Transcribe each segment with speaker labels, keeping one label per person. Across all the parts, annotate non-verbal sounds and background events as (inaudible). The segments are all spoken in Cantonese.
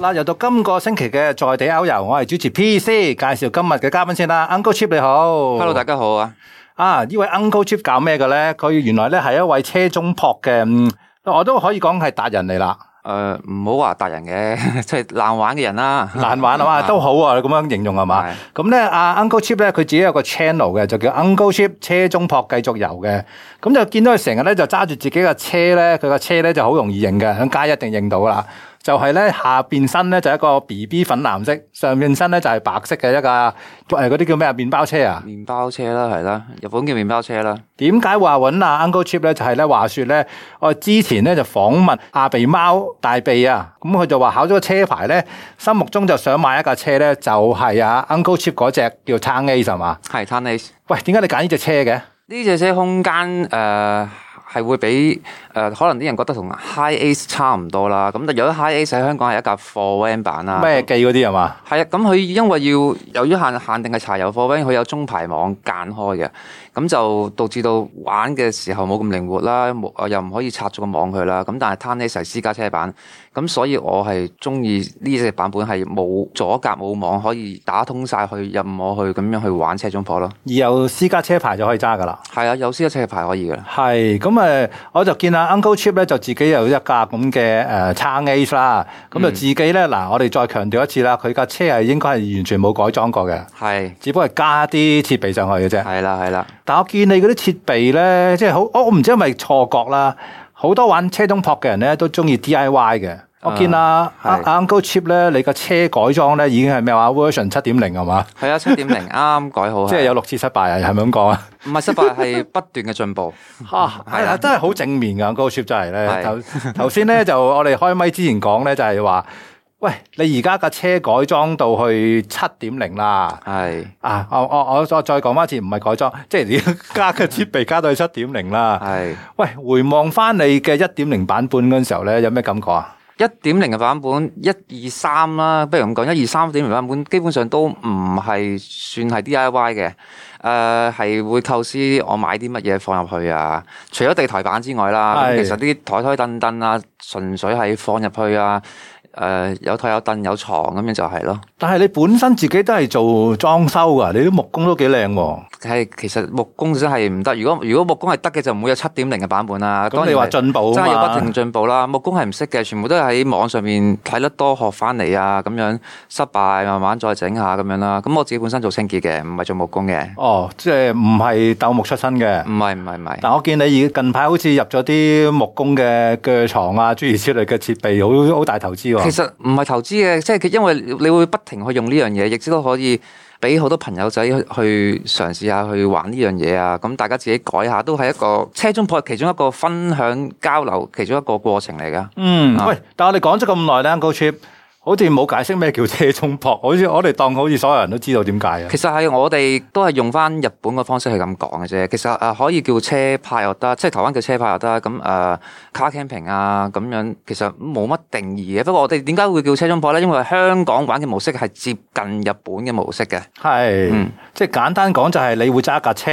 Speaker 1: 啦，又到今個星期嘅在地 Out 遊，我係主持 P C，介紹今日嘅嘉賓先啦。Uncle Chip 你好
Speaker 2: Hello，大家好啊！
Speaker 1: 啊，呢位 Uncle Chip 搞咩嘅咧？佢原來咧係一位車中泊嘅，嗯，我都可以講係達人嚟
Speaker 2: (laughs)
Speaker 1: 啦。
Speaker 2: 誒、呃唔好話達人嘅， (laughs) 即係爛玩嘅人啦。
Speaker 1: 難玩啊嘛，都好啊，你咁樣形容係嘛
Speaker 2: 係？
Speaker 1: 咁咧，阿 Uncle Chip 咧，佢自己有個 channel 嘅，就叫 Uncle Chip 車中泊繼續遊嘅。咁就見到佢成日咧就揸住自己嘅車咧，佢個車咧就好容易認嘅，喺街一定認到啦。就係咧下邊身咧就係一個 B B 粉藍色，上邊身咧就係白色嘅一架誒嗰啲叫咩啊麵包車啊？
Speaker 2: 麵包車啦，係啦，日本嘅麵包車啦，
Speaker 1: 點解話揾阿 Uncle Chip 咧？就係咧話說咧，我之前咧就訪問阿鼻貓大鼻啊，咁佢就話考咗個車牌咧，心目中就想買一架車咧，就係啊 Uncle Chip 嗰只叫撐 A 係嘛？
Speaker 2: 係 t a n a
Speaker 1: 喂，點解你揀呢只車嘅？
Speaker 2: 呢只車空間誒係、會比誒、呃可能啲人覺得同 High Ace 差唔多啦。咁但有啲 High Ace 喺香港係一架 Four Van 版啊啦。
Speaker 1: 咩記嗰啲係嘛？
Speaker 2: 係啊，咁佢因為要由於限限定嘅柴油貨 van，佢有中排網間開嘅，咁就導致到玩嘅時候冇咁靈活啦，冇啊又唔可以拆咗個網佢啦。咁但係 t a n a 係私家車版，咁所以我係中意呢只版本係冇阻隔冇網，可以打通晒去任我去咁樣去玩車中貨咯。
Speaker 1: 而有私家車牌就可以揸噶啦。
Speaker 2: 係啊，有私家車嘅牌可以嘅啦。
Speaker 1: 係咁誒，我就見阿 Uncle Chip 咧就自己有一架咁嘅誒撐 A 啦，咁就自己咧嗱，我哋再強調一次啦，佢架車係應該係完全冇改裝過嘅，
Speaker 2: 係
Speaker 1: 只不過係加啲設備上去嘅啫。
Speaker 2: 係啦係啦，
Speaker 1: 但我見你嗰啲設備咧，即係好，我我唔知係咪錯覺啦。好多玩車中泊嘅人咧，都中意 D I Y 嘅。我見啊啊
Speaker 2: 係
Speaker 1: Uncle Chip 咧，你個車改裝咧已經係咩話 version 七點零係嘛？
Speaker 2: 係啊，七點零啱改好，
Speaker 1: 即係有六次失敗啊，係咪咁講啊？
Speaker 2: 唔係失敗係不斷嘅進步。
Speaker 1: 啊， (laughs) 係啊，真係好正面㗎 Uncle Chip 真係咧。
Speaker 2: 係
Speaker 1: 頭頭先咧就我哋開咪之前講咧就係話，喂，你而家架車改裝到去七點零啦。
Speaker 2: 係
Speaker 1: 啊！我我我再再講翻一次，唔係改裝，即係而家加嘅設備加到去七點零啦。
Speaker 2: 係。
Speaker 1: 喂，回望翻你嘅一點零版本嗰陣時候咧，有咩感覺啊？
Speaker 2: 一點零嘅版本，一二三啦，不如咁講，一二三點零版本基本上都唔係算係 D I Y 嘅，誒、呃係會構思我買啲乜嘢放入去啊。除咗地台版之外啦，
Speaker 1: 係
Speaker 2: 咁其實啲台台凳凳啊，純粹係放入去啊，誒、有台有凳有床咁樣就係咯。
Speaker 1: 但係你本身自己都係做裝修噶，你啲木工都幾靚喎。
Speaker 2: 係其實木工真係唔得，如果如果木工係得嘅就唔會有七點零嘅版本啦。當
Speaker 1: 咁
Speaker 2: 然
Speaker 1: 你話
Speaker 2: 係
Speaker 1: 進步
Speaker 2: 真
Speaker 1: 啊
Speaker 2: 係要不停
Speaker 1: 嘛？
Speaker 2: 進步啦。木工係唔識嘅，全部都係喺網上面睇得多學翻嚟啊，咁樣失敗慢慢再整下咁樣啦。咁我自己本身做清潔嘅，唔係做木工嘅，
Speaker 1: 哦，即係唔係鬥木出身嘅
Speaker 2: 唔。係唔係唔係。
Speaker 1: 但我見你而近排好似入咗啲木工嘅鋸床啊，諸如此類嘅設備，好好大投資
Speaker 2: 其
Speaker 1: 喎。
Speaker 2: 實唔係投資嘅，即係因為你會不停去用呢樣嘢，亦都可以俾好多朋友仔去嘗試下去玩呢樣嘢啊。咁大家自己改下，都係一個車中破其中一個分享交流其中一個過程嚟噶。
Speaker 1: 嗯，
Speaker 2: 啊
Speaker 1: 喂，但我哋講咗咁耐咧，Uncle Chip 好似冇解釋咩叫車中泊，好似我哋當好似所有人都知道點解啊。
Speaker 2: 其實係我哋都係用翻日本嘅方式去咁講嘅啫。其實誒、呃可以叫車派又得，即係台灣叫車派又得。咁誒、呃 car camping 啊咁樣，其實冇乜定義嘅。不過我哋點解會叫車中泊咧？因為香港玩嘅模式係接近日本嘅模式嘅。
Speaker 1: 係，
Speaker 2: 嗯
Speaker 1: 即係簡單講就係你會揸架車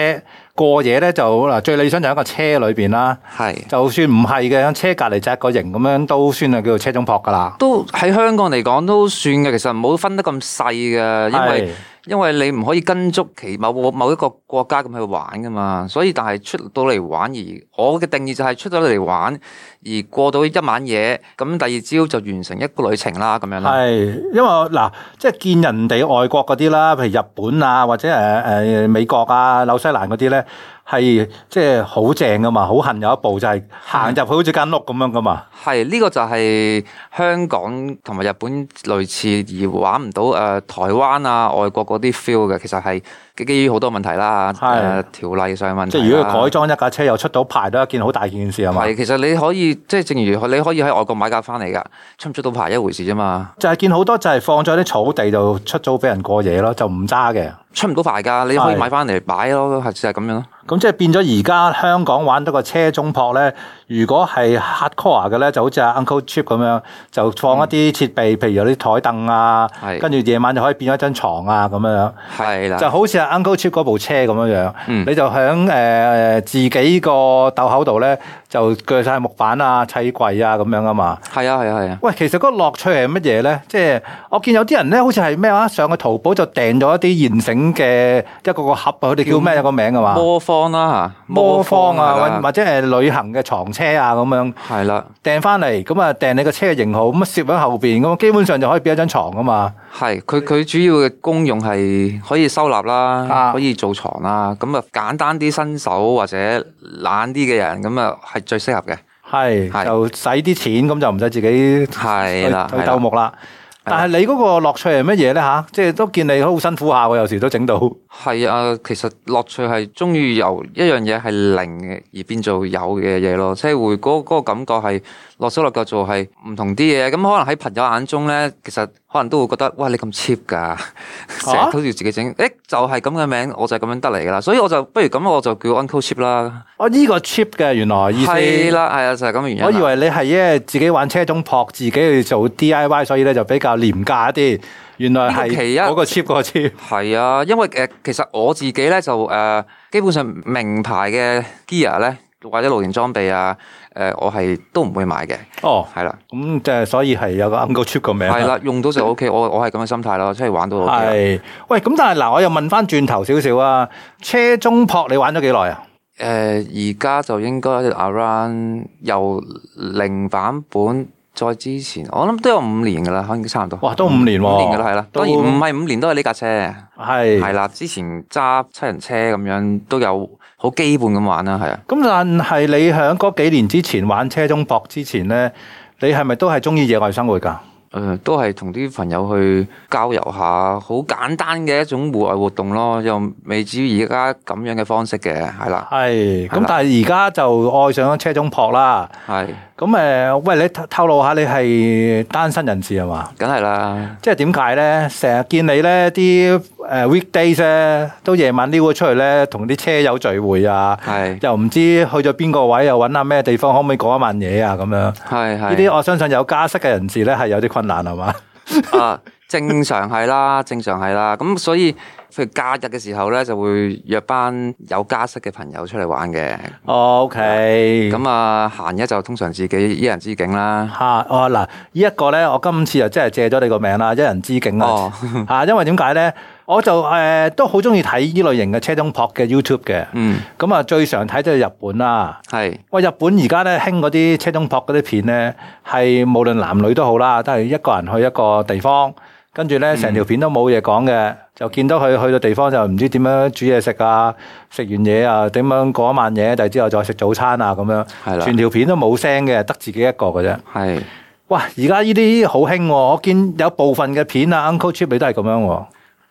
Speaker 1: 過夜咧，就嗱最理想就喺個車裏邊啦。
Speaker 2: 係。
Speaker 1: 就算唔係嘅，喺車隔離扎個型咁樣都算係叫做車中泊噶啦。
Speaker 2: 都喺香港嚟講都算嘅，其實冇分得咁細嘅，因為
Speaker 1: 係
Speaker 2: 因為你唔可以跟足其某某一個國家咁去玩噶嘛，所以但係出到嚟玩而我嘅定義就係出到嚟玩而過到一晚夜，咁第二朝就完成一個旅程啦，咁樣啦。
Speaker 1: 係，因為嗱，即係見人哋外國嗰啲啦，譬如日本啊，或者誒誒、呃美國啊、紐西蘭嗰啲咧，係即係好正噶嘛，好恨有一步就係行入去好似間屋咁樣噶嘛。
Speaker 2: 係呢、個就係香港同埋日本類似而玩唔到誒、呃台灣啊外國嗰啲 feel 嘅，其實係基基於好多問題啦，誒、
Speaker 1: 係
Speaker 2: 條例上問題
Speaker 1: 即
Speaker 2: 啦。
Speaker 1: 係如果佢改裝一架車又出到牌，都係一件好大件事係嘛。
Speaker 2: 係，其實你可以即係，正如你可以喺外國買架翻嚟㗎，出唔出到牌一回事啫嘛。
Speaker 1: 就係見好多就係放咗啲草地度出租俾人過夜咯，就唔揸嘅。
Speaker 2: 出唔到牌㗎，你可以
Speaker 1: 係
Speaker 2: 買翻嚟擺咯，係就係咁樣咯。
Speaker 1: 咁即係變咗而家香港玩得個車中泊咧，如果係 hardcore 嘅咧，就好似阿 Uncle Chip 咁樣，就放一啲設備，譬如有啲台凳啊，
Speaker 2: 係
Speaker 1: 跟住夜晚就可以變咗張床啊咁樣
Speaker 2: 係啊嗯
Speaker 1: 樣，就
Speaker 2: 啦，
Speaker 1: 好似阿 Uncle Chip 嗰部車咁樣樣，
Speaker 2: 嗯
Speaker 1: 你就響誒、呃自己個竇口度咧就鋸晒木板啊、砌櫃啊咁樣啊嘛。
Speaker 2: 係啊，係啊，係啊，
Speaker 1: 喂，其實嗰個樂趣係乜嘢咧？即係我見有啲人咧，好似係咩話，啊上去淘寶就訂咗一啲現成嘅一個個盒啊，佢哋叫咩有個名啊嘛？
Speaker 2: 魔方啦嚇，
Speaker 1: 魔方啊，
Speaker 2: 係
Speaker 1: 或
Speaker 2: 啦
Speaker 1: 或者係旅行嘅床車啊咁樣
Speaker 2: 係啦，
Speaker 1: 訂翻嚟，咁啊訂你個車嘅型號，咁啊攝喺後邊，咁基本上就可以變一張床啊嘛。
Speaker 2: 係佢佢主要嘅功用係可以收納
Speaker 1: 啊
Speaker 2: 啦，可以做床啦，咁啊簡單啲新手或者懶啲嘅人咁啊係最適合嘅，
Speaker 1: 係
Speaker 2: 係
Speaker 1: 就使啲錢，咁就唔使自己去
Speaker 2: 係啦，
Speaker 1: 去
Speaker 2: 係
Speaker 1: 鬥
Speaker 2: 啦。
Speaker 1: 木啦。但係你嗰個樂趣係乜嘢咧吓？即係都見你好辛苦下喎，有時都整到 (laughs)
Speaker 2: 係啊，其實樂趣係中意由一樣嘢係零嘅而變做有嘅嘢咯，即係會嗰嗰個感覺係落手落腳做係唔同啲嘢，咁可能喺朋友眼中咧，其實可能都會覺得哇你咁 cheap 㗎，成日都要自己整，誒就係咁嘅名，我就係咁樣得嚟㗎啦，所以我就不如咁我就叫 Uncle Cheap 啦，
Speaker 1: 哦，呢個 cheap 嘅原來意
Speaker 2: 係
Speaker 1: 思。
Speaker 2: 啦，係啊，就係咁嘅原因啦。
Speaker 1: 我以為你係因為自己玩車中撲，自己去做 D I Y，所以咧就比較廉價一啲。原來
Speaker 2: 呢個其
Speaker 1: 係
Speaker 2: 一
Speaker 1: 嗰個 cheap 嗰個 cheap。
Speaker 2: 係啊，因為誒、呃其實我自己咧就誒、呃基本上名牌嘅 gear 咧或者露營裝備啊，誒、我係都唔會買嘅，
Speaker 1: 哦，
Speaker 2: 係啦，
Speaker 1: 咁即係所以 (laughs) 係有個 Uncle Cheap 個名。
Speaker 2: 係啦，用到就 O、k 我我係咁嘅心態咯，出嚟玩都 O K。
Speaker 1: 係。喂，咁但係嗱，我又問翻轉頭少少啊，車中撲你玩咗幾耐啊？
Speaker 2: 誒而家就應該 around 由零版本再之前，我諗都有五年噶啦，可能差唔多。
Speaker 1: 哇都五年喎
Speaker 2: 五年噶啦，係啦，
Speaker 1: 都
Speaker 2: 當然唔係五年都係呢架車，係
Speaker 1: 係。
Speaker 2: 啦，之前揸七人車咁樣都有好基本咁玩啦，係啊。
Speaker 1: 咁但係你喺嗰幾年之前玩車中撲之前咧，你係咪都係中意野外生活㗎？
Speaker 2: 誒、都係同啲朋友去交遊下，好簡單嘅一種戶外活動咯，又未至於而家咁樣嘅方式嘅，係啦，
Speaker 1: 係。
Speaker 2: 係
Speaker 1: 咁
Speaker 2: 啦
Speaker 1: 但係而家就愛上咗車中撲啦。
Speaker 2: 係，
Speaker 1: 咁誒、喂，你透透露下你係單身人士係嘛？
Speaker 2: 梗係啦，
Speaker 1: 即係點解咧？成日見你咧啲誒 weekdays 咧，都夜晚撩咗出去咧，同啲車友聚會啊，
Speaker 2: 係，
Speaker 1: 又唔知去咗邊個位，又揾下咩地方可唔可以過一晚嘢啊咁樣。呢
Speaker 2: 係係。
Speaker 1: 啲我相信有家室嘅人士咧係有啲困難係嘛？
Speaker 2: 啊，正常係啦，正常係啦。咁所以，譬如假日嘅時候咧，就會約班有家室嘅朋友出嚟玩嘅。
Speaker 1: 哦 OK，
Speaker 2: 咁啊，閒日就通常自己一人之境啦。
Speaker 1: 嚇哦嗱，呢一個咧，我今次就真係借咗你個名啦，一人之境啊！ (laughs)
Speaker 2: 哦，
Speaker 1: 啊，因為點解咧？我就誒、呃都好中意睇呢類型嘅車中撲嘅 YouTube 嘅，
Speaker 2: 嗯，
Speaker 1: 咁啊最常睇就係日本啦。
Speaker 2: 係
Speaker 1: 喂，日本而家咧興嗰啲車中撲嗰啲片咧，係無論男女都好啦，都係一個人去一個地方，跟住
Speaker 2: 嗯
Speaker 1: 咧成條片都冇嘢講嘅，就見到佢去到地方就唔知點樣煮嘢食啊，食完嘢啊點樣過一晚嘢，第二朝再食早餐啊咁樣，
Speaker 2: 係啦
Speaker 1: 全條片都冇聲嘅，得自己一個嘅啫。
Speaker 2: 係。
Speaker 1: 哇！而家呢啲好興喎，我見有部分嘅片啊，Uncle Chip 你都係咁樣喎。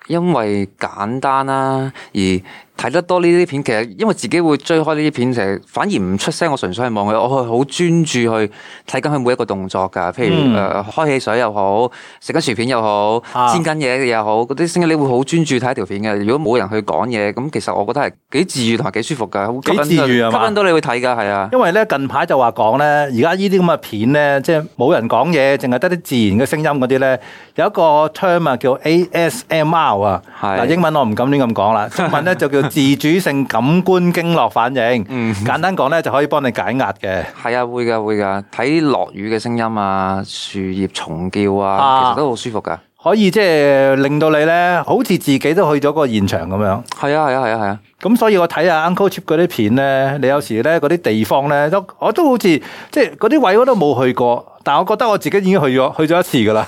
Speaker 2: 因為簡單啦、而睇得多呢啲片，其實因為自己會追開呢啲片，其實反而唔出聲，我純粹係望佢，我係好專注去睇緊佢每一個動作㗎。譬如誒、
Speaker 1: 嗯
Speaker 2: 呃、開汽水又好，食緊薯片又好，
Speaker 1: 啊
Speaker 2: 煎緊嘢又好，嗰啲聲音你會好專注睇一條片嘅。如果冇人去講嘢，咁其實我覺得係幾治愈同埋幾舒服㗎，好吸
Speaker 1: 幾
Speaker 2: 引到
Speaker 1: 治愈係嘛
Speaker 2: 吸引到你去睇㗎，係啊，
Speaker 1: 因為咧近排就話講咧，而家呢啲咁嘅片咧，即係冇人講嘢，淨係得啲自然嘅聲音嗰啲咧，有一個 term 啊叫 ASMR 啊，
Speaker 2: 係
Speaker 1: 嗱英文我唔敢亂咁講啦，中文咧就叫自主性感官經絡反應，簡單講咧就可以幫你解壓嘅。
Speaker 2: 係啊，會㗎會㗎，睇落雨嘅聲音啊，樹葉蟲叫啊，
Speaker 1: 啊
Speaker 2: 其實都好舒服㗎。
Speaker 1: 可以即係令到你咧，好似自己都去咗個現場咁樣。
Speaker 2: 係啊係啊係啊係啊，
Speaker 1: 咁所以我睇下 Uncle Chip 嗰啲片咧，你有時咧嗰啲地方咧，都我都好似即係嗰啲位我都冇去過，但我覺得我自己已經去咗去咗一次㗎
Speaker 2: (laughs)
Speaker 1: 啦。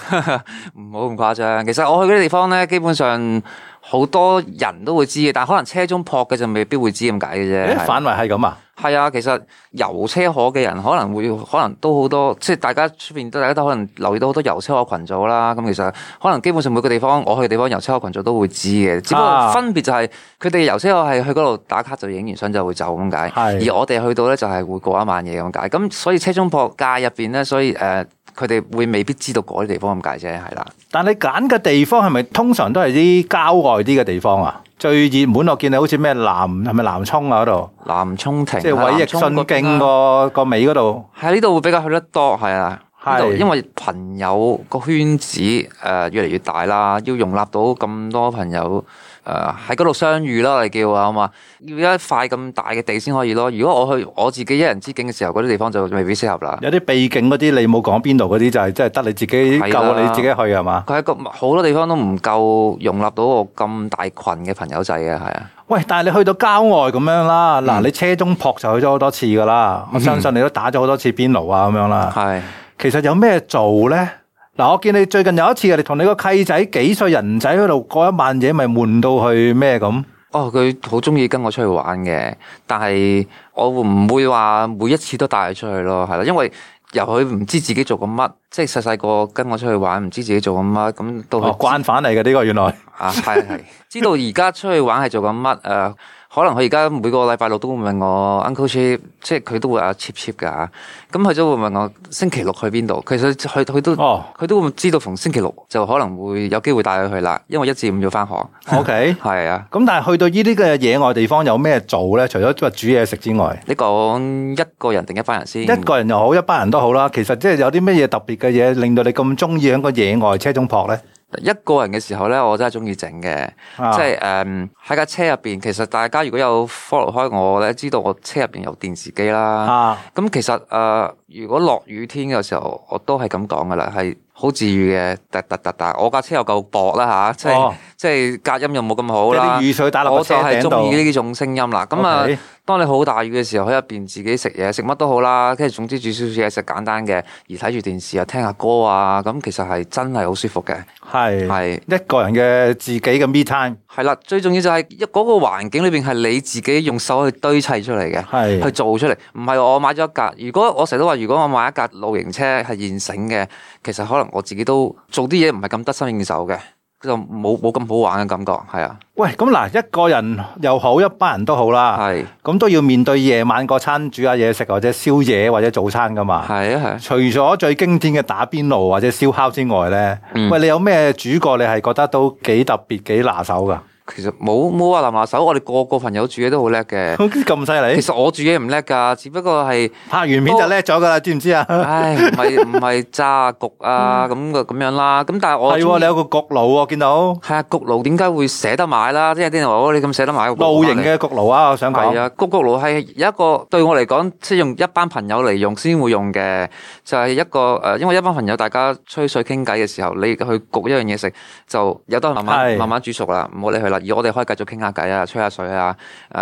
Speaker 2: 唔好咁誇張。其實我去嗰啲地方咧，基本上好多人都會知嘅，但可能車中撲嘅就未必會知咁解嘅
Speaker 1: 誒
Speaker 2: 啫。
Speaker 1: 反為係咁啊？
Speaker 2: 係啊，其實遊車河嘅人可能會，可能都好多，即係大家出邊都大家都可能留意到好多遊車河群組啦。咁其實可能基本上每個地方我去嘅地方遊車河群組都會知嘅，只不過
Speaker 1: 啊
Speaker 2: 分別就係佢哋遊車河係去嗰度打卡就影完相就會走咁解，
Speaker 1: 係
Speaker 2: 而我哋去到咧就係會過一晚夜咁解。咁所以車中撲界入邊咧，所以誒。呃佢哋會未必知道嗰啲地方咁解啫，係啦。
Speaker 1: 但你揀嘅地方係咪通常都係啲郊外啲嘅地方啊？最熱門我見你好似咩南係咪南涌啊嗰度，
Speaker 2: 南涌亭，
Speaker 1: 即係
Speaker 2: 南
Speaker 1: 偉
Speaker 2: 涌
Speaker 1: 奕信
Speaker 2: 嗰邊
Speaker 1: 徑
Speaker 2: 啊啦
Speaker 1: 個個尾嗰度。
Speaker 2: 喺呢度會比較去得多，係啊。
Speaker 1: 係
Speaker 2: 呢度因為朋友個圈子誒、呃越嚟越大啦，要容納到咁多朋友誒喺嗰度相遇啦，我哋叫啊嘛，要一塊咁大嘅地先可以咯。如果我去我自己一人之境嘅時候，嗰啲地方就未必適合啦。
Speaker 1: 有啲秘境嗰啲你冇講邊度嗰啲，就係即係得你自己
Speaker 2: 係
Speaker 1: 夠
Speaker 2: 啦
Speaker 1: 你自己去係嘛？
Speaker 2: 佢喺個好多地方都唔夠容納到我咁大群嘅朋友仔嘅，係啊，
Speaker 1: 喂，但係你去到郊外咁樣啦，嗱、你車中撲就去咗好多次噶啦，我相信你都打咗好多次邊爐啊咁樣啦。
Speaker 2: 係
Speaker 1: 其實有咩做咧？嗱，我見你最近有一次啊你同你個契仔幾歲人仔喺度過一晚夜，咪悶到去咩咁？
Speaker 2: 哦，佢好中意跟我出去玩嘅，但係我會唔會話每一次都帶佢出去咯，係啦，因為由佢唔知自己做過乜，即係細細個跟我出去玩，唔知自己做過乜，咁到佢
Speaker 1: 哦，慣犯嚟嘅呢個原來。
Speaker 2: 啊，係係，知道而家出去玩係做緊乜？誒、可能佢而家每個禮拜六都會問我 Uncle Chip，即係佢都會啊 Chip Chip 㗎嚇，咁佢都會問我星期六去邊度。其實佢佢都
Speaker 1: 哦
Speaker 2: 佢都會知道逢星期六就可能會有機會帶佢去啦，因為一至五要翻學。
Speaker 1: ，OK。
Speaker 2: 係啊，
Speaker 1: 咁但係去到呢啲嘅野外地方有咩做咧？除咗即係煮嘢食之外，
Speaker 2: 你講一個人定一班人先？
Speaker 1: 一個人又好，一班人都好啦。其實即係有啲乜嘢特別嘅嘢令到你咁中意喺個野外車中撲咧？
Speaker 2: 一個人嘅時候咧，我真係中意整嘅，
Speaker 1: 啊
Speaker 2: 即係誒喺架車入邊。其實大家如果有 follow 開我咧，知道我車入邊有電視機啦。
Speaker 1: 啊，
Speaker 2: 咁其實誒、呃如果落雨天嘅時候，我都係咁講噶啦，係好治愈嘅，突突突突。我架車又夠薄啦吓、即係、
Speaker 1: 哦
Speaker 2: 即係隔音又冇咁好
Speaker 1: 即係
Speaker 2: 啦
Speaker 1: 啲。雨水打落
Speaker 2: 我
Speaker 1: 個
Speaker 2: 就
Speaker 1: 車
Speaker 2: 係
Speaker 1: 頂
Speaker 2: 中意
Speaker 1: 度。
Speaker 2: 呢種聲音啦。咁啊
Speaker 1: OK
Speaker 2: 當你好大雨嘅時候，喺入邊自己食嘢，食乜都好啦，跟住總之煮少少嘢食簡單嘅，而睇住電視啊，聽下歌啊，咁其實係真係好舒服嘅。
Speaker 1: 係
Speaker 2: 係
Speaker 1: 一個人嘅自己嘅 me time，
Speaker 2: 係啦，最重要就係一嗰個環境裏邊係你自己用手去堆砌出嚟嘅。去
Speaker 1: 係
Speaker 2: 做出嚟，唔係我買咗一架。如果我成日都話，如果我買一架露營車係現成嘅，其實可能我自己都做啲嘢唔係咁得心應手嘅，就冇冇咁好玩嘅感覺，係啊，
Speaker 1: 喂，咁嗱，一個人又好，一班人都好啦，
Speaker 2: 係
Speaker 1: 咁都要面對夜晚個餐煮下嘢食，或者宵夜或者早餐噶嘛。
Speaker 2: 係啊係。
Speaker 1: 除咗最經典嘅打邊爐或者燒烤之外咧，
Speaker 2: 嗯
Speaker 1: 喂，你有咩煮過？你係覺得都幾特別、幾拿手
Speaker 2: (laughs)
Speaker 1: 噶？
Speaker 2: 其實冇冇話拿拿手，我哋個個朋友煮嘢都好叻
Speaker 1: (laughs)
Speaker 2: 嘅。
Speaker 1: 咁犀
Speaker 2: 其
Speaker 1: 利，
Speaker 2: 實我煮嘢唔叻㗎，只不過
Speaker 1: (laughs)
Speaker 2: 係。
Speaker 1: 拍完片就叻咗噶啦，知唔知啊？
Speaker 2: 唉，唔係唔係炸焗啊咁嘅咁樣啦。咁但係
Speaker 1: 嗯
Speaker 2: 我
Speaker 1: 係喎，
Speaker 2: 中意
Speaker 1: 你有個焗爐喎，見到
Speaker 2: 係啊焗爐點解會捨得買啦？即係啲人話哦你咁捨得買個焗爐
Speaker 1: 露營
Speaker 2: 嚟
Speaker 1: 嘅焗爐啊，我想
Speaker 2: 係
Speaker 1: 講。
Speaker 2: 啊，谷谷爐係一個對我嚟講，即係用一班朋友嚟用先會用嘅，就係、一個誒、呃因為一班朋友大家吹水傾偈嘅時候，你去焗一樣嘢食，就有得慢慢
Speaker 1: 係
Speaker 2: 慢慢煮熟啦，唔好理佢啦。而我哋可以繼續傾下偈啊，吹下水啊，誒、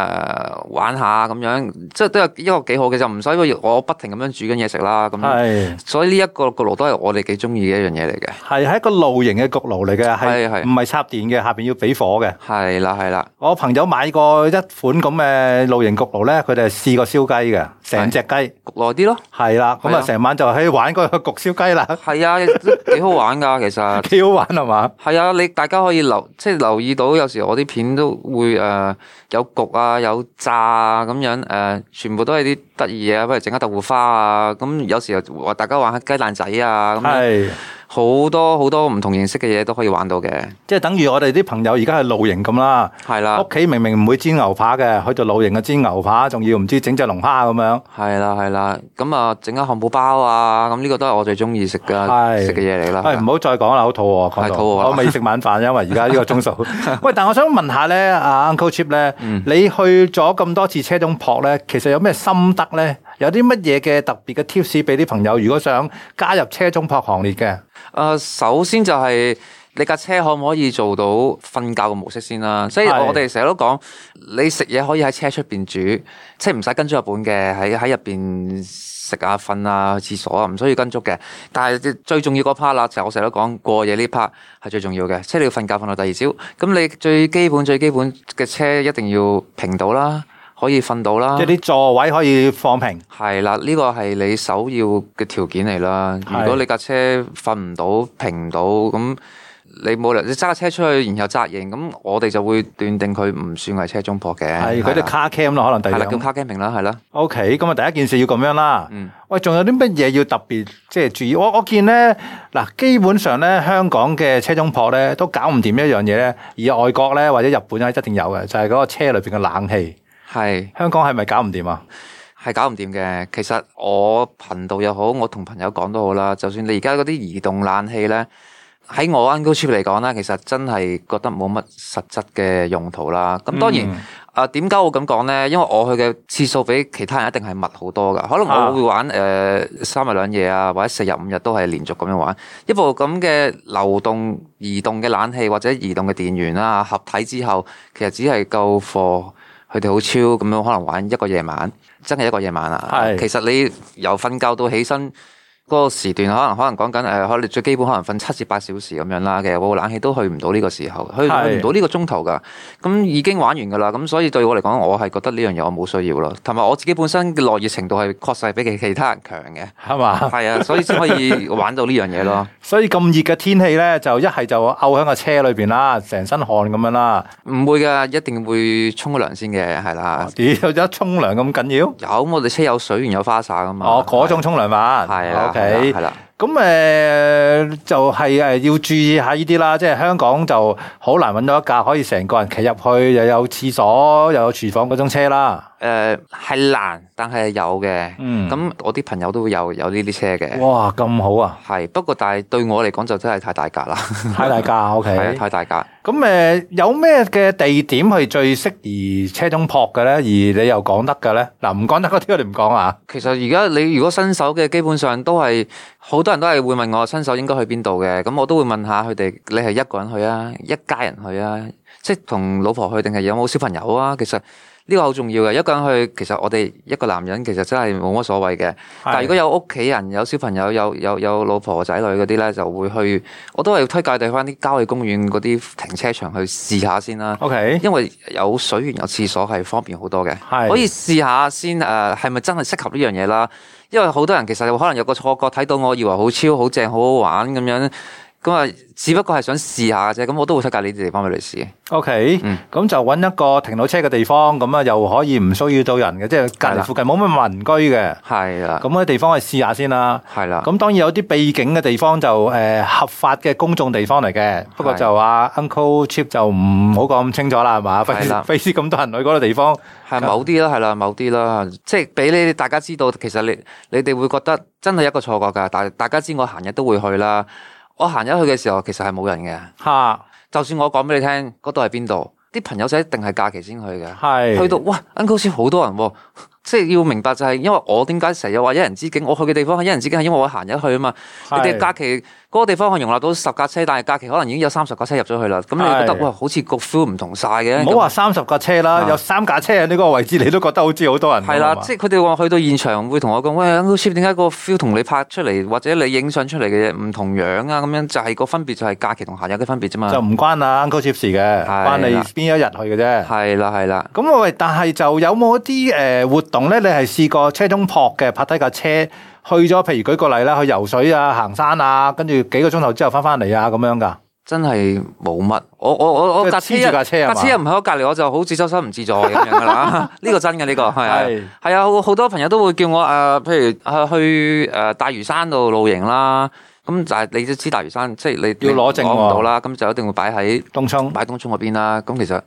Speaker 2: 玩下咁樣，即係都有一個幾好嘅，就唔使要我不停咁樣煮緊嘢食啦。咁，
Speaker 1: 係
Speaker 2: 所以呢一個焗爐都係我哋幾中意嘅一樣嘢嚟嘅。
Speaker 1: 係係一個露營嘅焗爐嚟嘅，
Speaker 2: 係
Speaker 1: 係
Speaker 2: 係
Speaker 1: 唔係插電嘅？下邊要俾火嘅。
Speaker 2: 係啦，係啦。
Speaker 1: 我朋友買過一款咁嘅露營焗爐咧，佢哋係試過燒雞嘅，成隻雞
Speaker 2: 焗耐啲咯，
Speaker 1: 係啦，咁
Speaker 2: 係
Speaker 1: 啊
Speaker 2: 啊
Speaker 1: 成晚就喺玩嗰個焗燒雞啦， (laughs)
Speaker 2: 係啊，都幾好玩㗎，其實。
Speaker 1: 幾好玩係嘛？
Speaker 2: 係啊，你大家可以留即係留意到，有時我啲片都會誒、呃有焗啊，有炸啊咁樣誒、呃全部都係啲得意嘢啊，不如整下豆腐花啊，咁有時又話大家玩下雞蛋仔啊，咁樣
Speaker 1: 係。
Speaker 2: 好多好多唔同形式嘅嘢都可以玩到嘅，
Speaker 1: 即係等於我哋啲朋友而家係露營咁啦，
Speaker 2: 係啦
Speaker 1: 屋，企明明唔會煎牛扒嘅，去到露營嘅煎牛扒，仲要唔知整隻龍蝦咁樣。
Speaker 2: 係啦，係啦，咁啊整下漢堡包啊，咁呢個都係我最中意食嘅
Speaker 1: 係
Speaker 2: 食嘅嘢嚟啦，
Speaker 1: 喂，唔好再講啦，好肚餓啊講
Speaker 2: 係
Speaker 1: 到，
Speaker 2: 肚餓啦啊
Speaker 1: 我未食晚飯，因為而家呢個鐘數。
Speaker 2: (laughs)
Speaker 1: 喂，但我想問下咧，阿 Uncle Chip 咧，
Speaker 2: 嗯
Speaker 1: 你去咗咁多次車中撲咧，其實有咩心得咧？有啲乜嘢嘅特別嘅 tips 俾啲朋友，如果想加入車中撲行列嘅？
Speaker 2: 誒、啊首先就係你架車可唔可以做到瞓覺嘅模式先啦？所以
Speaker 1: 係
Speaker 2: 我哋成日都講，你食嘢可以喺車出邊煮，即係唔使跟足日本嘅，喺喺入邊食啊、瞓啊、去廁所啊，唔需要跟足嘅。但係最重要嗰 part 啦，就係我成日都講過夜呢 part 係最重要嘅，即係你要瞓覺瞓到第二朝。咁你最基本最基本嘅車一定要平到啦，可以瞓到啦
Speaker 1: 即。係啲座位可以放平。
Speaker 2: 係啦，呢個係你首要嘅條件嚟啦。
Speaker 1: 係
Speaker 2: 如果你架車瞓唔到、平唔到，咁你冇理由你揸架車出去，然後紮營，咁我哋就會斷定佢唔算係車中泊嘅。
Speaker 1: 係佢哋
Speaker 2: 啦
Speaker 1: car cam 咯，可能第
Speaker 2: 係
Speaker 1: 二
Speaker 2: 啦，叫
Speaker 1: 種。
Speaker 2: car camping 啦，係啦，
Speaker 1: O K，咁啊，第一件事要咁樣啦。
Speaker 2: 嗯
Speaker 1: 喂，仲有啲乜嘢要特別即係注意？我我見咧，嗱，基本上咧，香港嘅車中泊咧都搞唔掂一樣嘢咧，而外國咧或者日本咧一定有嘅，就係、嗰個車裏邊嘅冷氣。
Speaker 2: 係
Speaker 1: 香港係咪搞唔掂
Speaker 2: (laughs)
Speaker 1: 啊？
Speaker 2: 係搞唔掂嘅。其實我頻道又好，我同朋友講都好啦。就算你而家嗰啲移動冷氣咧，喺我 Uncle Chip 嚟講啦，其實真係覺得冇乜實質嘅用途啦。咁當然
Speaker 1: 嗯，
Speaker 2: 啊點解我咁講咧？因為我去嘅次數比其他人一定係密好多噶。可能
Speaker 1: 啊
Speaker 2: 我會玩誒、呃三日兩夜啊，或者四日五日都係連續咁樣玩。一部咁嘅流動移動嘅冷氣或者移動嘅電源啦，合體之後，其實只係夠貨。佢哋好超咁樣，可能玩一個夜晚，真係一個夜晚啊！
Speaker 1: 係
Speaker 2: 其實你由瞓覺到起身嗰個時段，可能可能講緊誒，可能你最基本可能瞓七至八小時咁樣啦。其實個冷氣都去唔到呢個時候，去去
Speaker 1: 係
Speaker 2: 唔到呢個鐘頭㗎。咁已經玩完㗎啦。咁所以對我嚟講，我係覺得呢樣嘢我冇需要咯。同埋我自己本身嘅樂熱程度係確實係比其其他人強嘅，
Speaker 1: 係嘛？
Speaker 2: 係啊，所以先
Speaker 1: (laughs)
Speaker 2: 可以玩到呢樣嘢咯。
Speaker 1: 所以咁熱嘅天氣咧，就一係就漚喺個車裏邊啦，成身汗咁樣啦。
Speaker 2: 唔會㗎，一定會沖個涼先嘅，係啦。
Speaker 1: 咦，有得沖涼咁緊要？
Speaker 2: 有我哋車有水源有花灑㗎嘛。
Speaker 1: 哦，嗰種沖涼法。
Speaker 2: 啊係啦
Speaker 1: O K
Speaker 2: 係。啦。
Speaker 1: 咁誒、就係、誒要注意下呢啲啦，即係香港就好難揾到一架可以成個人企入去，又有廁所又有廚房嗰種車啦。
Speaker 2: 誒係難，但係有嘅。
Speaker 1: 嗯
Speaker 2: 咁、我啲朋友都會有有呢啲車嘅，
Speaker 1: 哇，咁好
Speaker 2: (laughs)
Speaker 1: 啊，
Speaker 2: 係不過但係對我嚟講就真係太大格啦，
Speaker 1: 太大架 O
Speaker 2: 係啊
Speaker 1: K。
Speaker 2: 太大格。
Speaker 1: 咁誒、有咩嘅地點係最適宜車中泊嘅咧？而你又講得嘅咧？嗱，唔講得嗰啲我哋唔講啊。
Speaker 2: 其實而家你如果新手嘅，基本上都係好多人都係會問我新手應該去邊度嘅，咁我都會問下佢哋，你係一個人去啊，一家人去啊，即係同老婆去定係有冇小朋友啊？其實呢個好重要嘅，一個人去其實我哋一個男人其實真係冇乜所謂嘅，但係如果有屋企人、有小朋友、有有有老婆仔女嗰啲咧，就會去，我都係推介地翻啲郊野公園嗰啲停車場去試下先啦。
Speaker 1: O K，
Speaker 2: 因為有水源有廁所係方便好多嘅，
Speaker 1: 係
Speaker 2: 可以試下先誒係咪真係適合呢樣嘢啦？因為好多人其實可能有個錯覺，睇到我以為好超好正好好玩咁樣，咁啊只不過係想試下嘅啫，咁我都會推介呢啲地方俾你試。
Speaker 1: O K，
Speaker 2: 嗯
Speaker 1: 咁就揾一個停到車嘅地方，咁啊又可以唔需要到人嘅，即係隔
Speaker 2: 係
Speaker 1: 離
Speaker 2: 啦
Speaker 1: 附近冇乜民居嘅，
Speaker 2: 係啦，
Speaker 1: 咁嘅地方去試下先啦。
Speaker 2: 係啦，
Speaker 1: 啊咁當然有啲秘境嘅地方就誒、呃合法嘅公眾地方嚟嘅，不過就話 Uncle Chip 就唔好講咁清楚啦，係嘛？費事
Speaker 2: 係啦
Speaker 1: 費事 (laughs) 咁多人去嗰個地方，
Speaker 2: 係某啲啦，係啦，某啲啦，即係俾你大家知道，其實你你哋會覺得真係一個錯覺㗎，但係大家知我行日都會去啦。我行入去嘅時候，其實係冇人嘅，
Speaker 1: 嚇
Speaker 2: 就算我講俾你聽嗰度係邊度，啲朋友仔一定係假期先去嘅。
Speaker 1: 係
Speaker 2: 去到哇，Uncle 先好多人喎、 (laughs) 即係要明白就係因為我點解成日話一人之境，我去嘅地方係一人之境，係因為我行入去啊嘛。你
Speaker 1: 係
Speaker 2: 哋假期嗰個地方係容納到十架車，但係假期可能已經有三十架車入咗去啦。咁你會覺得
Speaker 1: 係
Speaker 2: 哇，好似個 feel 唔同晒嘅。
Speaker 1: 唔好話三十架車啦，
Speaker 2: 啊
Speaker 1: 有三架車喺呢個位置， (laughs) 你都覺得好似好多人咁
Speaker 2: 係啦，
Speaker 1: 啊係嘛
Speaker 2: 即係佢哋話去到現場會同我講，喂，Uncle Chip 點解個 feel 同你拍出嚟或者你影相出嚟嘅嘢唔同樣啊？咁樣就係個分別就係假期同閒日嘅分別啫嘛
Speaker 1: 就。唔關啊 Uncle Chip 事嘅，
Speaker 2: 係
Speaker 1: 關你
Speaker 2: 啦
Speaker 1: 邊一日去嘅啫。
Speaker 2: 係啦，係啦。
Speaker 1: 咁我喂，但係就有冇一啲誒、呃活動咧？你係試過車中泊嘅，泊低架車去咗，譬如舉個例啦，去游水啊、行山啊，跟住幾個鐘頭之後翻翻嚟啊，咁樣噶。
Speaker 2: 真係冇乜，我我我我
Speaker 1: 即係黐
Speaker 2: 架車
Speaker 1: 住架車係嘛
Speaker 2: 架車唔喺我隔離，我就好似周身唔自在咁樣
Speaker 1: (laughs)
Speaker 2: 噶啦。呢個真嘅，呢個係啊
Speaker 1: 係
Speaker 2: 係啊，好好多朋友都會叫我誒、呃譬如呃去誒、呃大嶼山度露營啦。咁但係你都知大嶼山，即係你
Speaker 1: 要攞
Speaker 2: 你
Speaker 1: 證
Speaker 2: 攞
Speaker 1: 喎
Speaker 2: 唔到啦，咁就一定會擺喺
Speaker 1: 東涌
Speaker 2: 擺東涌嗰邊啦。咁其實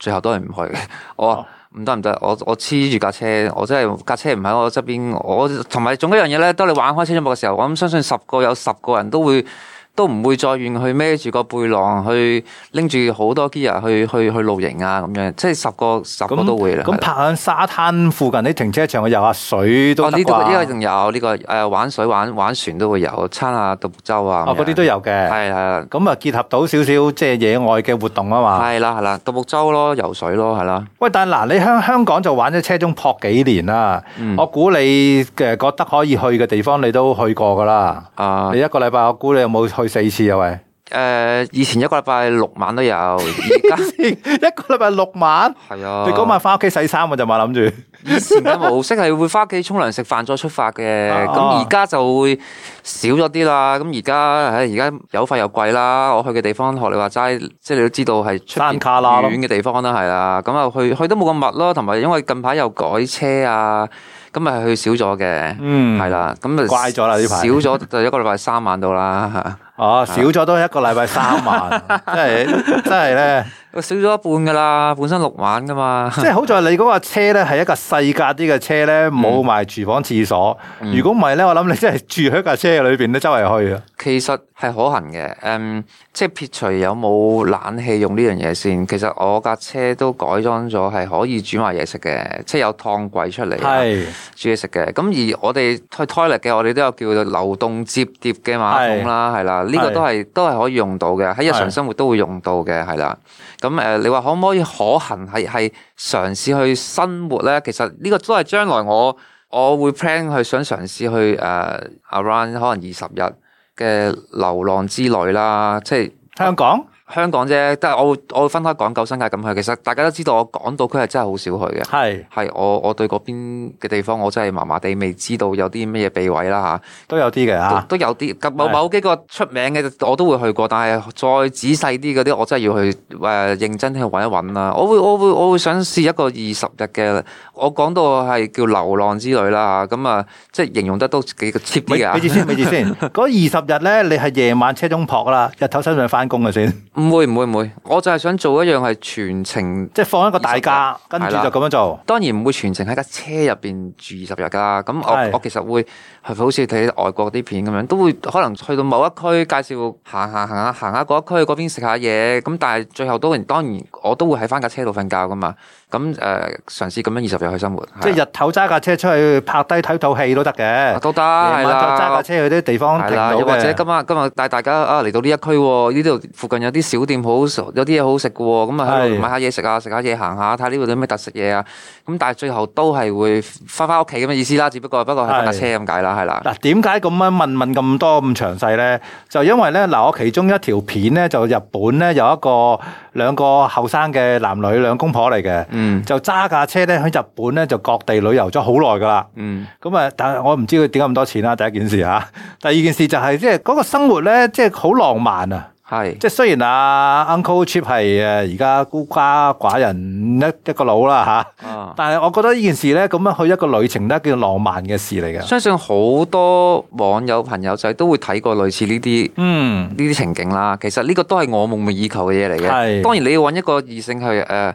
Speaker 2: 最後都係唔去嘅。我
Speaker 1: 哦
Speaker 2: 話唔得唔得，我我黐住架車，我真係架車唔喺我側邊。我同埋仲有一樣嘢咧，當你玩開車音樂嘅時候，我諗相信十個有十個人都會都唔會再願去孭住個背囊去拎住好多 gear 去去去露營啊咁樣，即係十個十個都會啦。
Speaker 1: 咁
Speaker 2: 係啦
Speaker 1: 泊喺沙灘附近啲停車場去游下水都
Speaker 2: 哦，
Speaker 1: 得
Speaker 2: 呢度呢個一
Speaker 1: 啩？
Speaker 2: 定有呢個誒玩水玩玩船都會有，撐下獨木舟啊。
Speaker 1: 哦，嗰啲都有嘅。
Speaker 2: 係係係
Speaker 1: 咁啊，結合到少少即係野外嘅活動啊嘛。
Speaker 2: 係啦係啦，獨木舟咯，游水咯，係啦。
Speaker 1: 喂，但係嗱，你香香港就玩咗車中泊幾年啦，我估你嘅覺得可以去嘅地方你都去過噶啦。
Speaker 2: 啊
Speaker 1: 你一個禮拜，我估你有冇去四次啊？喂， (laughs)
Speaker 2: 誒、呃以前一個禮拜六晚都有，而家 (laughs)
Speaker 1: 一個禮拜六晚，
Speaker 2: 係啊。
Speaker 1: 你嗰晚翻屋企洗衫嘅就嘛，諗住
Speaker 2: 以前嘅模式係會翻屋企沖涼食飯再出發嘅，
Speaker 1: 啊
Speaker 2: 咁而家就會少咗啲啦。咁而家唉，而家油費又貴啦。我去嘅地方學你話齋，即係你都知道係出
Speaker 1: 山
Speaker 2: 邊
Speaker 1: 卡啦
Speaker 2: 遠嘅地方啦，係啦。咁啊去去都冇咁密咯，同埋因為近排又改車啊，咁咪去少咗嘅。
Speaker 1: 嗯
Speaker 2: 係啦，咁啊
Speaker 1: 乖咗啦呢排
Speaker 2: 少咗就一個禮拜三晚到啦， (laughs)
Speaker 1: 哦，少咗都一個禮拜三晚，真係真係咧。
Speaker 2: 少咗一半噶啦，本身六晚噶嘛。
Speaker 1: (laughs) 即係好在你嗰架車咧係一架細架啲嘅車
Speaker 2: 嗯
Speaker 1: 咧，冇埋廚房廁所。如果唔係咧，我諗你真係住喺架車裏邊咧，周圍去啊。
Speaker 2: 其實係可行嘅，誒、嗯即係撇除有冇冷氣用呢樣嘢先。其實我架車都改裝咗，係可以煮埋嘢食嘅，即係有燙櫃出嚟啊
Speaker 1: 係
Speaker 2: 煮嘢食嘅。咁而我哋去 toilet 嘅，我哋都有叫做流動摺疊嘅馬桶啦，係啦，呢、個
Speaker 1: 係
Speaker 2: 都係都係可以用到嘅，喺日
Speaker 1: 係
Speaker 2: 常生活都會用到嘅，係啦。咁誒、你話可唔可以可行係係嘗試去生活咧？其實呢個都係將來我我會 plan 去想嘗試去誒、around 可能二十日。嘅流浪之旅啦，即係
Speaker 1: 香港
Speaker 2: 香港啫，但係我會我會分開港九新界咁去。其實大家都知道，我港島區係真係好少去嘅。
Speaker 1: 係
Speaker 2: 係我我對嗰邊嘅地方我真係麻麻地，未知道有啲咩嘢避位啦
Speaker 1: 都有啲嘅
Speaker 2: 嚇，
Speaker 1: 嚇，
Speaker 2: 都都有啲咁某
Speaker 1: 啊係
Speaker 2: 某幾個出名嘅我都會去過，但係再仔細啲嗰啲我真係要去誒、呃、認真去揾一揾啦。我會我會我會想試一個二十日嘅，我講到係叫流浪之旅啦嚇，咁啊即係形容得都幾 cheap 啲
Speaker 1: 咪
Speaker 2: 嘅
Speaker 1: 咪住
Speaker 2: 啊。
Speaker 1: 先，咪住
Speaker 2: (laughs)
Speaker 1: 先。嗰二十日咧，你係夜晚車中撲啦，日頭使唔使翻工嘅先？
Speaker 2: 唔會唔會唔會，我就係想做一樣係全程，
Speaker 1: 即係放一個大假，跟住
Speaker 2: 係
Speaker 1: 就
Speaker 2: 啦
Speaker 1: 咁樣做。
Speaker 2: 當然唔會全程喺架車入邊住二十日㗎啦。咁
Speaker 1: 係
Speaker 2: 我我其實會係好似睇外國啲片咁樣，都會可能去到某一區介紹行行行下行下嗰一區嗰邊食下嘢。咁但係最後都當然我都會喺翻架車度瞓覺㗎嘛。咁誒、呃、嘗試咁樣二十日去生活，
Speaker 1: 即
Speaker 2: 係啊
Speaker 1: 係日頭揸架車出去拍低睇套戲都得嘅
Speaker 2: 啊，都得
Speaker 1: 夜晚
Speaker 2: 係
Speaker 1: 就揸架
Speaker 2: 啦。
Speaker 1: 車去啲地方
Speaker 2: 係
Speaker 1: 停
Speaker 2: 啦，
Speaker 1: 到
Speaker 2: 又或者
Speaker 1: 嘅。
Speaker 2: 今日今日帶大家啊嚟到呢一區喎，呢度附近有啲小店好有啲嘢好食嘅喎，咁啊喺
Speaker 1: 係
Speaker 2: 度買下嘢食啊，食下嘢行下，睇下呢度有啲咩特色嘢啊。咁但係最後都係會翻翻屋企咁嘅意思啦，只不過不過係
Speaker 1: 係
Speaker 2: 翻架車咁解啦，係啦，
Speaker 1: 嗱，點解咁樣問問咁多咁詳細咧？就因為咧，嗱，我其中一條片咧，就日本咧有一個兩個後生嘅男女兩公婆嚟嘅，
Speaker 2: 嗯
Speaker 1: 就揸架車咧喺日本咧就各地旅遊咗好耐㗎啦。
Speaker 2: 嗯，
Speaker 1: 咁啊，但係我唔知佢點解咁多錢啦，第一件事啊。第二件事就係即係嗰個生活咧，即係好浪漫啊！
Speaker 2: 係
Speaker 1: 即係雖然啊 Uncle Chip 係誒呃而家孤家寡人一一個佬啦吓，
Speaker 2: 啊。
Speaker 1: 但係我覺得呢件事咧，咁樣去一個旅程咧，叫浪漫嘅事嚟嘅。
Speaker 2: 相信好多網友朋友仔都會睇過類似呢啲
Speaker 1: 嗯，
Speaker 2: 呢啲情景啦。其實呢個都係我夢寐以求嘅嘢嚟
Speaker 1: 係
Speaker 2: 嘅。當然你要揾一個異性去誒、呃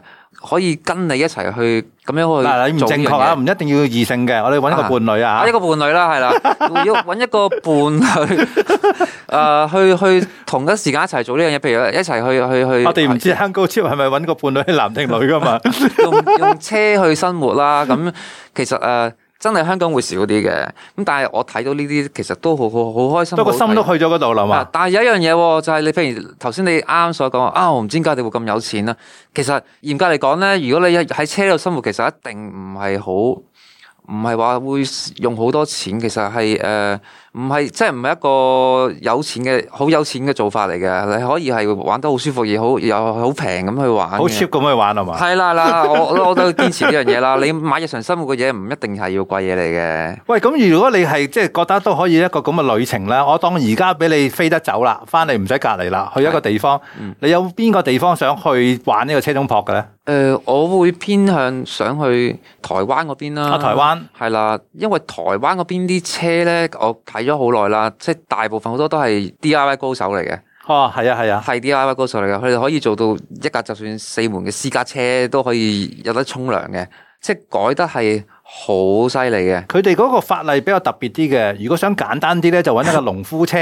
Speaker 2: 可以跟你一齊去咁樣
Speaker 1: 嗱，
Speaker 2: 去
Speaker 1: 你唔
Speaker 2: 做呢
Speaker 1: 正
Speaker 2: 樣
Speaker 1: 確啊，
Speaker 2: 嘢
Speaker 1: 唔一定要異性嘅，我哋揾一個
Speaker 2: 啊
Speaker 1: 伴侶啊
Speaker 2: 啊，一。個伴侶啦，係 (laughs) 啦，要揾一個伴侶， (laughs) 誒，去去同一時間一齊做呢樣嘢，譬如一齊去去去，啊
Speaker 1: 我哋唔知 Uncle Chip 係咪揾個伴侶係男定女噶嘛？
Speaker 2: 用用車去生活啦。咁其實誒、呃真係香港會少啲嘅。咁但係我睇到呢啲，其實 (laughs) 都好好好開心，
Speaker 1: 不過個
Speaker 2: 好
Speaker 1: 心
Speaker 2: 睇
Speaker 1: 都去咗嗰度啦
Speaker 2: 啊
Speaker 1: 嘛。
Speaker 2: 但係有一樣嘢喎，就係、你譬如頭先你啱啱所講啊，我唔知點解你會咁有錢啦。其實嚴格嚟講咧，如果你喺車度生活，其實一定唔係好，唔係話會用好多錢。其實係誒，呃唔、係即係唔係一個有錢嘅好有錢嘅做法嚟嘅。你可以係玩得好舒服，而好又好平咁去玩嘅。
Speaker 1: 好 cheap 咁去玩啊係嘛？
Speaker 2: 啊係啦係啦，我我都堅持呢樣嘢啦。你買日常生活嘅嘢唔一定係要貴嘢嚟嘅。
Speaker 1: 喂，咁如果你係即係覺得都可以一個咁嘅旅程啦，我當而家俾你飛得走啦，翻嚟唔使隔離啦，去一個地方，
Speaker 2: 嗯
Speaker 1: 你有邊個地方想去玩呢個車中撲嘅咧？
Speaker 2: (laughs) 誒、我會偏向想去台灣嗰邊啦。
Speaker 1: 啊，台灣
Speaker 2: 係啦，因為台灣嗰邊啲車咧，我睇咗好耐啦，即係大部分好多都係 D.I.Y 高手嚟嘅，
Speaker 1: 哦，係啊，係啊，
Speaker 2: 係 D.I.Y 高手嚟嘅，佢哋可以做到一架就算四門嘅私家車都可以有得沖涼嘅，即係改得係好犀利嘅。
Speaker 1: 佢哋嗰個法例比較特別啲嘅，如果想簡單啲咧，就揾一個農夫車，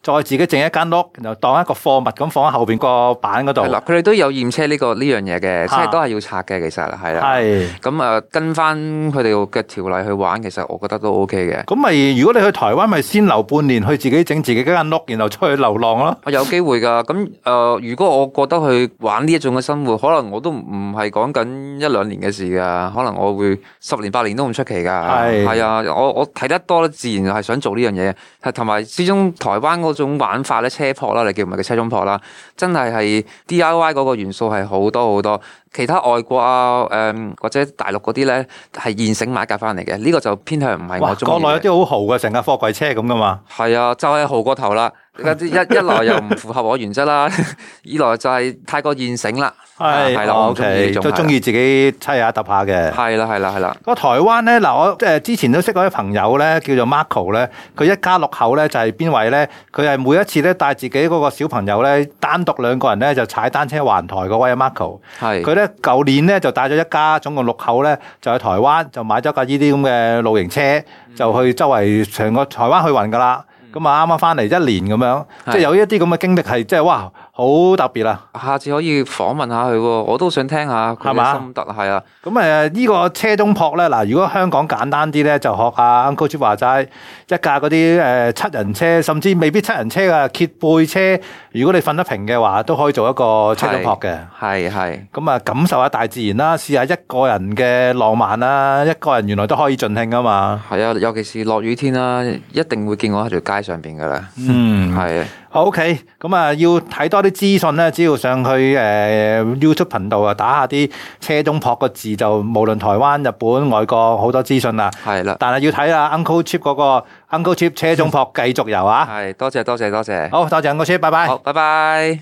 Speaker 1: 再自己整一間屋，然後當一個貨物咁放喺後邊個板嗰度
Speaker 2: 係。啦，佢哋都有驗車呢、個呢樣嘢嘅，即
Speaker 1: 嚇
Speaker 2: 係都係要拆嘅，其實係啦。
Speaker 1: 係，
Speaker 2: 咁啊，跟翻佢哋嘅條例去玩，其實我覺得都 O.K. 嘅。
Speaker 1: 咁咪如果你去台灣，咪先留半年去自己整自己間屋，然後出去流浪咯。
Speaker 2: 我有機會㗎，咁誒、呃如果我覺得去玩呢一種嘅生活，可能我都唔係講緊一兩年嘅事㗎，可能我會十年八年都唔出奇㗎。
Speaker 1: 係
Speaker 2: 係啊，我我睇得多咧，自然係想做呢樣嘢。係同埋始終台灣嗰種玩法咧，車撲啦，你叫唔係叫車中撲啦，真係係 D I Y 嗰個元素係好多好多。其他外國啊，誒、或者大陸嗰啲咧係現成買架翻嚟嘅，呢、個就偏向唔係
Speaker 1: 哇，
Speaker 2: 我
Speaker 1: 國
Speaker 2: 中意
Speaker 1: 內有
Speaker 2: 嘅。
Speaker 1: 啲好豪嘅，成架貨櫃車咁噶嘛。
Speaker 2: 係啊，就係豪過頭啦。一
Speaker 1: (laughs)
Speaker 2: 一來又唔符合我原則啦， (laughs) 二來就係太過現成啦。
Speaker 1: 係，
Speaker 2: 係啦
Speaker 1: 哦
Speaker 2: 我中意呢
Speaker 1: OK，
Speaker 2: 種
Speaker 1: 都
Speaker 2: 係
Speaker 1: 中意自己砌下揼下嘅。
Speaker 2: 係啦，係啦，係啦。
Speaker 1: 個台灣咧，嗱我誒之前都識過啲朋友咧，叫做 Marco 咧，佢一家六口咧就係邊位咧？佢係每一次咧帶自己嗰個小朋友咧，單獨兩個人咧就踩單車環台嗰位啊 Marco。
Speaker 2: 係
Speaker 1: 佢咧舊年咧就帶咗一家總共六口咧，就去台
Speaker 2: 嗯
Speaker 1: 灣就買咗架呢啲咁嘅露營車，就去周圍成個台灣去運㗎啦。咁啊啱啱翻嚟一年咁樣，
Speaker 2: 係
Speaker 1: 即係有一啲咁嘅經歷係即係哇好特別啊！
Speaker 2: 下次可以訪問下佢喎，我都想聽下佢
Speaker 1: 係嘛
Speaker 2: 嘅心得，係啊，
Speaker 1: 咁誒呢個車中泊咧，嗱，如果香港簡單啲咧，就學阿 Uncle Chip 話齋，一架嗰啲誒七人車，甚至未必七人車嘅揭背車，如果你瞓得平嘅話，都可以做一個車中泊嘅。
Speaker 2: 係係
Speaker 1: 咁啊，感受下大自然啦，試下一個人嘅浪漫啦，一個人原來都可以盡興啊嘛。
Speaker 2: 係啊，尤其是落雨天啦，一定會見我喺條街上邊噶啦，
Speaker 1: 嗯
Speaker 2: 係啊
Speaker 1: OK，咁啊要睇多啲資訊咧，只要上去誒、呃 YouTube 頻道啊，打下啲車中泊個字就，無論台灣、日本、外國好多資訊啦。
Speaker 2: 係啦，
Speaker 1: 但係要睇下 Uncle Chip 嗰、個 Uncle Chip 車中泊繼續遊啊！
Speaker 2: 係多謝多謝多謝，
Speaker 1: 好多謝 Uncle Chip，拜拜。
Speaker 2: 好，拜拜。